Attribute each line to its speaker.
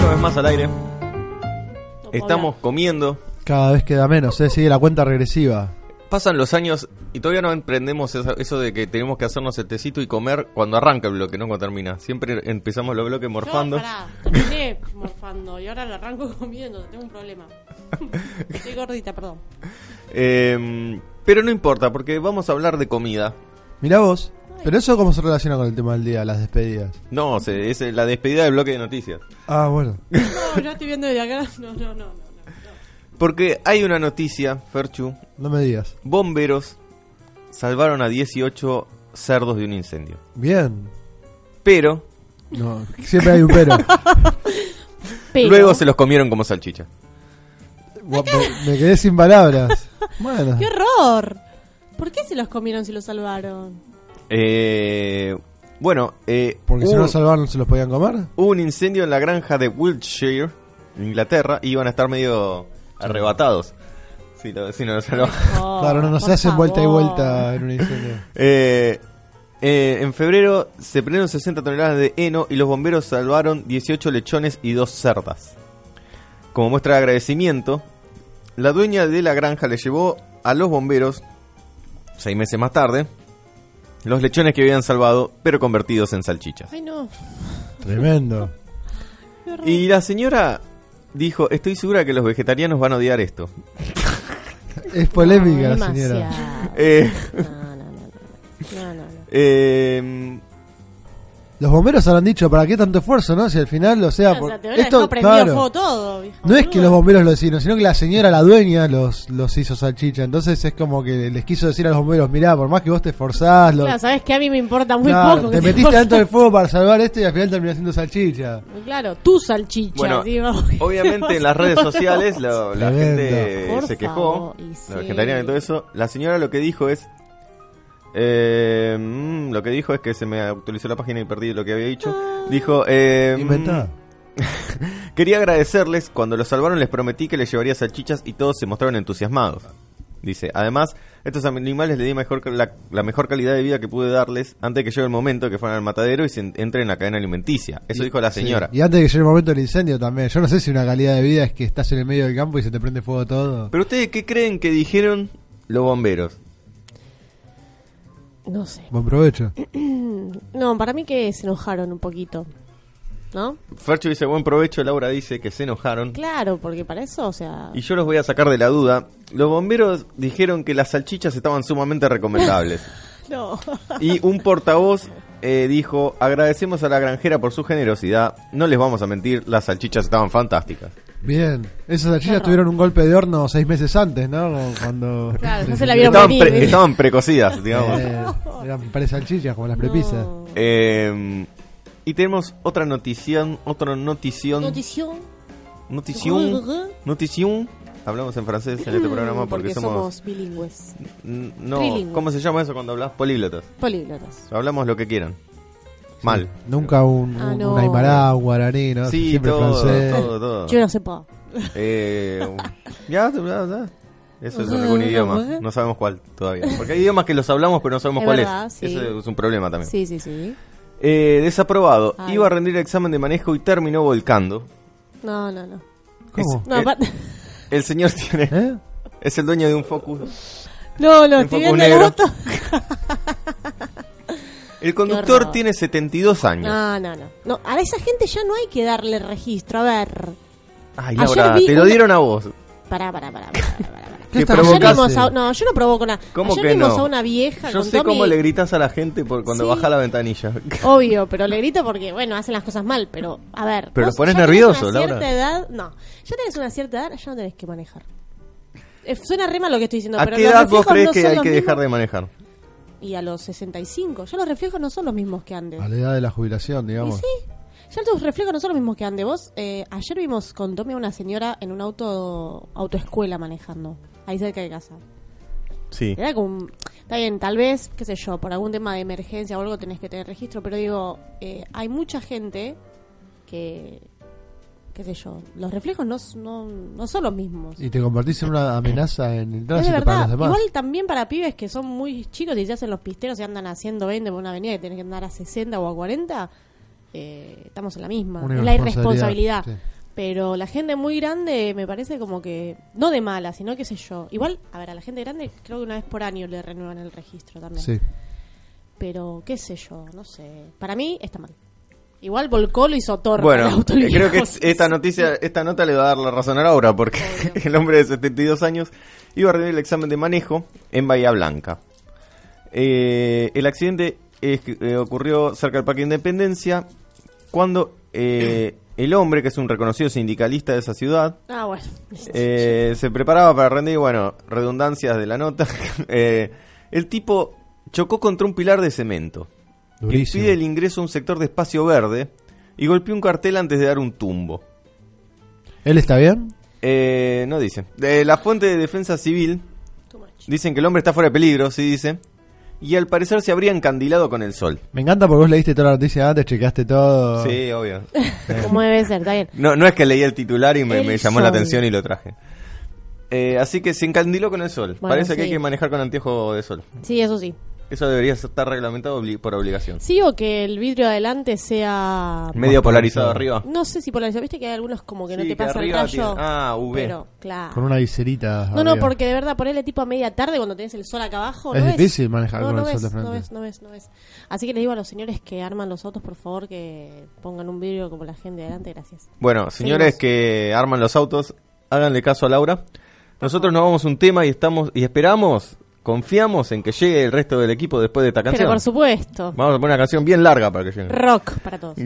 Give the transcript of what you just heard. Speaker 1: estamos al aire. Estamos comiendo.
Speaker 2: Cada vez queda menos, ¿eh? sigue la cuenta regresiva.
Speaker 1: Pasan los años y todavía no emprendemos esa- eso de que tenemos que hacernos el tecito y comer cuando arranca el bloque, no cuando termina. Siempre empezamos los bloques morfando.
Speaker 3: Yo, pará, terminé morfando y ahora lo arranco comiendo, tengo un problema. Estoy gordita, perdón.
Speaker 1: Eh, pero no importa, porque vamos a hablar de comida.
Speaker 2: Mirá vos. Pero eso cómo se relaciona con el tema del día, las despedidas.
Speaker 1: No, se- es la despedida del bloque de noticias.
Speaker 2: Ah, bueno.
Speaker 3: No, yo estoy viendo de acá. No, no, no. no, no.
Speaker 1: Porque hay una noticia, Ferchu.
Speaker 2: No me digas.
Speaker 1: Bomberos salvaron a 18 cerdos de un incendio.
Speaker 2: Bien.
Speaker 1: Pero,
Speaker 2: No, siempre hay un pero.
Speaker 3: Pero-
Speaker 1: luego se los comieron como salchicha.
Speaker 2: Gua- me, me quedé sin palabras. Bueno.
Speaker 3: ¡Qué horror! ¿Por qué se los comieron si los salvaron?
Speaker 1: Eh, bueno, eh,
Speaker 2: Porque si
Speaker 1: hubo-
Speaker 2: no los salvaron, ¿se los podían comer?
Speaker 1: Hubo un incendio en la granja de Wiltshire, en Inglaterra, y iban a estar medio arrebatados. Si, lo- si no lo salvaban.
Speaker 3: Oh,
Speaker 2: claro, no, no
Speaker 3: por
Speaker 2: se hacen vuelta y
Speaker 3: favor.
Speaker 2: vuelta en un incendio.
Speaker 1: Eh, eh, en febrero se prendieron 60 toneladas de heno y los bomberos salvaron 18 lechones y dos cerdas. Como muestra de agradecimiento, la dueña de la granja le llevó a los bomberos, seis meses más tarde, los lechones que habían salvado, pero convertidos en salchichas.
Speaker 3: Ay, no.
Speaker 2: Tremendo.
Speaker 3: qué horror.
Speaker 1: Y la señora dijo, estoy segura que los vegetarianos van a odiar esto.
Speaker 2: Es polémica la señora.
Speaker 3: Demasiado.
Speaker 1: Eh,
Speaker 3: No, no, no, no. No, no, no.
Speaker 1: eh,
Speaker 2: Los bomberos habrán dicho, ¿para qué tanto esfuerzo, no? Si al final, o sea,
Speaker 3: O
Speaker 2: Ah, por-
Speaker 3: sea, te hubieran dejado prendido
Speaker 2: claro.
Speaker 3: fuego todo, viejo
Speaker 2: No es que los
Speaker 3: boludo.
Speaker 2: bomberos lo hicieron, sino que la señora, la dueña, los, los hizo salchicha. Entonces es como que les quiso decir a los bomberos, mirá, por más que vos te esforzás, lo-
Speaker 3: Claro, sabes que a mí me importa muy
Speaker 2: Claro,
Speaker 3: poco.
Speaker 2: te
Speaker 3: que
Speaker 2: metiste
Speaker 3: se-
Speaker 2: dentro del fuego para salvar esto y al final terminás siendo salchicha.
Speaker 3: Claro, tu salchicha.
Speaker 1: Bueno,
Speaker 3: digo.
Speaker 1: obviamente en las redes sociales la, la
Speaker 2: Tremendo.
Speaker 1: gente
Speaker 3: Por
Speaker 1: se quejó,
Speaker 3: favor, y sí.
Speaker 1: la vegetariana y todo eso. La señora lo que dijo es, eh, mm, lo que dijo es que se me actualizó la página y perdí lo que había dicho.
Speaker 3: Ah.
Speaker 1: Dijo, eh,
Speaker 2: Inventá.
Speaker 1: mm, quería agradecerles, cuando los salvaron les prometí que les llevaría salchichas y todos se mostraron entusiasmados. Dice, además, estos animales le di mejor, la, la mejor calidad de vida que pude darles antes de que llegue el momento que fueran al matadero y se en- entren en la cadena alimenticia. Eso dijo la señora.
Speaker 2: Y antes de que llegue el momento del incendio también. Yo no sé si una calidad de vida es que estás en el medio del campo y se te prende fuego todo.
Speaker 1: ¿Pero ustedes qué creen que dijeron los bomberos?
Speaker 3: No sé.
Speaker 2: Buen provecho.
Speaker 3: No, para mí que se enojaron un poquito. ¿No?
Speaker 1: Fercho dice buen provecho, Laura dice que se enojaron.
Speaker 3: Claro, porque para eso, o sea.
Speaker 1: Y yo los voy a sacar de la duda. Los bomberos dijeron que las salchichas estaban sumamente recomendables.
Speaker 3: No.
Speaker 1: Y un portavoz eh, dijo, agradecemos a la granjera por su generosidad. No les vamos a mentir, las salchichas estaban fantásticas.
Speaker 2: Bien. Esas salchichas tuvieron un golpe de horno seis meses antes, ¿no? Como Cuando...
Speaker 3: Claro, ya se la vieron
Speaker 1: Estaban,
Speaker 3: venir.
Speaker 1: pre- estaban precocidas, digamos.
Speaker 2: Eh, eran pares salchichas como las prepisas.
Speaker 3: No.
Speaker 1: Eh, y tenemos otra notición, otra notición.
Speaker 3: Notición.
Speaker 1: Notición. Notición. Hablamos en francés en este programa porque, somos.
Speaker 3: Mm, bilingües.
Speaker 1: n- No,
Speaker 3: trilingües.
Speaker 1: ¿cómo se llama eso cuando hablas? Políglotas.
Speaker 3: Políglotas.
Speaker 1: Hablamos lo que quieran. Mal.
Speaker 2: Nunca un,
Speaker 3: Ah,
Speaker 2: un-
Speaker 3: no.
Speaker 2: un Aymará, un guaraní, ¿no?
Speaker 1: Sí,
Speaker 2: Siempre
Speaker 1: todo,
Speaker 2: francés.
Speaker 1: todo, todo.
Speaker 3: Yo no sé pa.
Speaker 1: Eh, ya, ya, ya. Eso es en algún idioma. No sabemos cuál todavía. Porque hay idiomas que los hablamos pero no sabemos
Speaker 3: Es
Speaker 1: cuál
Speaker 3: verdad,
Speaker 1: es.
Speaker 3: sí.
Speaker 1: Eso es un problema también.
Speaker 3: Sí, sí, sí.
Speaker 1: Eh, desaprobado.
Speaker 3: Ay.
Speaker 1: Iba a rendir el examen de manejo y terminó volcando.
Speaker 3: No, no, no.
Speaker 2: ¿Cómo?
Speaker 3: No,
Speaker 1: Eh,
Speaker 3: aparte-
Speaker 1: El señor tiene...
Speaker 2: ¿Eh?
Speaker 1: Es el dueño de un Focus.
Speaker 3: no, no,
Speaker 1: un
Speaker 3: estoy
Speaker 1: foco
Speaker 3: viendo el
Speaker 1: negro.
Speaker 3: voto.
Speaker 1: El
Speaker 3: Qué
Speaker 1: conductor
Speaker 3: horror. Ah.
Speaker 1: tiene 72 años.
Speaker 3: No, no, no, no. A esa gente ya no hay que darle registro. A ver.
Speaker 1: Ay,
Speaker 3: Ayer
Speaker 1: Laura,
Speaker 3: vi
Speaker 1: te lo
Speaker 3: una-
Speaker 1: dieron a vos.
Speaker 3: Pará, pará, pará. pará, pará, pará.
Speaker 1: Que
Speaker 2: ¿Qué estás
Speaker 3: Ayer
Speaker 1: provocaste?
Speaker 3: vimos a, no, yo no provoco nada.
Speaker 1: ¿Cómo
Speaker 3: Ayer
Speaker 1: que
Speaker 3: vimos
Speaker 1: no?
Speaker 3: a una vieja
Speaker 1: Yo
Speaker 3: con
Speaker 1: sé cómo
Speaker 3: Tommy-
Speaker 1: le gritas a la gente por cuando
Speaker 3: Sí.
Speaker 1: baja la ventanilla.
Speaker 3: Obvio, pero le grito porque, bueno, hacen las cosas mal, pero, a ver.
Speaker 1: Pero
Speaker 3: vos
Speaker 1: lo pones
Speaker 3: ya tenés
Speaker 1: nervioso,
Speaker 3: una cierta
Speaker 1: Laura.
Speaker 3: edad, no. Ya tenés una cierta edad, ya no tenés que manejar. Eh, suena re mal lo que estoy diciendo,
Speaker 1: ¿A
Speaker 3: pero
Speaker 1: qué
Speaker 3: los
Speaker 1: edad vos
Speaker 3: reflejos
Speaker 1: crees
Speaker 3: no
Speaker 1: que
Speaker 3: son
Speaker 1: hay
Speaker 3: los
Speaker 1: que dejar de
Speaker 3: mismos-
Speaker 1: manejar?
Speaker 3: Y a los 65, ya los reflejos no son los mismos que antes.
Speaker 2: A la edad de la jubilación,
Speaker 3: Y
Speaker 2: digamos.
Speaker 3: sí, ya tus reflejos no son los mismos que antes. Vos, eh, ayer vimos con Tommy a una señora en un auto, autoescuela manejando, ahí cerca de casa.
Speaker 1: Sí.
Speaker 3: Era como. un- Está bien, tal vez, qué sé yo, por algún tema de emergencia o algo tenés que tener registro, pero digo, eh, hay mucha gente que. qué sé yo, los reflejos no, s- no, no son los mismos.
Speaker 2: Y te convertís en una amenaza en
Speaker 3: es
Speaker 2: el
Speaker 3: de
Speaker 2: tránsito para
Speaker 3: verdad,
Speaker 2: los demás.
Speaker 3: igual también para pibes que son muy chicos y se hacen los pisteros y andan a 120 por una avenida que tenés que andar a 60 o a 40, eh, estamos en la misma.
Speaker 2: Una
Speaker 3: Es la
Speaker 2: irresponsabilidad,
Speaker 3: irresponsabilidad.
Speaker 2: sí.
Speaker 3: Pero la gente muy grande me parece como que. No de mala, sino qué sé yo. Igual, a ver, a la gente grande creo que una vez por año le renuevan el registro también.
Speaker 2: Sí.
Speaker 3: Pero qué sé yo, no sé. Para mí está mal. Igual volcó lo hizo Torre.
Speaker 1: Bueno, eh, creo que es- esta noticia, esta nota le va a dar la razón a Laura, porque
Speaker 3: Obvio.
Speaker 1: el hombre de 72 años iba a rendir el examen de manejo en Bahía Blanca. Eh, el accidente es que, eh, ocurrió cerca del Parque Independencia cuando eh, el hombre, que es un reconocido sindicalista de esa ciudad,
Speaker 3: Ah, bueno.
Speaker 1: eh, se preparaba para rendir, bueno, redundancias de la nota. Eh, el tipo chocó contra un pilar de cemento que
Speaker 2: Durísimo.
Speaker 1: pide el ingreso a un sector de espacio verde y golpeó un cartel antes de dar un tumbo.
Speaker 2: ¿Él está bien?
Speaker 1: Eh, no dice. De la fuente de defensa civil
Speaker 3: Too much.
Speaker 1: dicen que el hombre está fuera de peligro, sí dice. Y al parecer se habría encandilado con el sol.
Speaker 2: Me encanta porque vos leíste toda la noticia antes, checaste todo.
Speaker 1: Sí, obvio.
Speaker 2: Eh.
Speaker 3: Como debe ser, está bien.
Speaker 1: No, no es que leí el titular y me,
Speaker 3: El
Speaker 1: me llamó la
Speaker 3: sol.
Speaker 1: atención y lo traje. Eh, así que se encandiló con el sol.
Speaker 3: Bueno,
Speaker 1: Parece que hay
Speaker 3: sí.
Speaker 1: que manejar con anteojo de sol.
Speaker 3: Sí, eso sí.
Speaker 1: Eso debería estar reglamentado obli- por obligación.
Speaker 3: Sí, o que el vidrio adelante sea.
Speaker 1: Medio polarizado arriba.
Speaker 3: No sé si polarizado. Viste que hay algunos como que no
Speaker 1: Sí,
Speaker 3: te
Speaker 1: que
Speaker 3: pasa el
Speaker 1: arriba
Speaker 3: rayo.
Speaker 1: tiene- ah, UV.
Speaker 3: Pero, claro.
Speaker 2: Con una viserita.
Speaker 3: No, no,
Speaker 2: arriba.
Speaker 3: porque de verdad ponerle tipo a media tarde cuando tenés el sol acá abajo.
Speaker 2: Es
Speaker 3: ¿no ves?
Speaker 2: difícil manejar
Speaker 3: No,
Speaker 2: con
Speaker 3: no
Speaker 2: el sol
Speaker 3: ves,
Speaker 2: de frente.
Speaker 3: No ves, no ves, no ves. Así que les digo a los señores que arman los autos, por favor, que pongan un vidrio como la gente de adelante, gracias.
Speaker 1: Bueno, señores
Speaker 3: Seguimos.
Speaker 1: que arman los autos, háganle caso a Laura. Nosotros nos vamos a un tema y estamos y esperamos, confiamos en que llegue el resto del equipo después de esta canción.
Speaker 3: Pero por supuesto,
Speaker 1: Vamos a poner una canción bien larga para que llegue.
Speaker 3: rock para todos.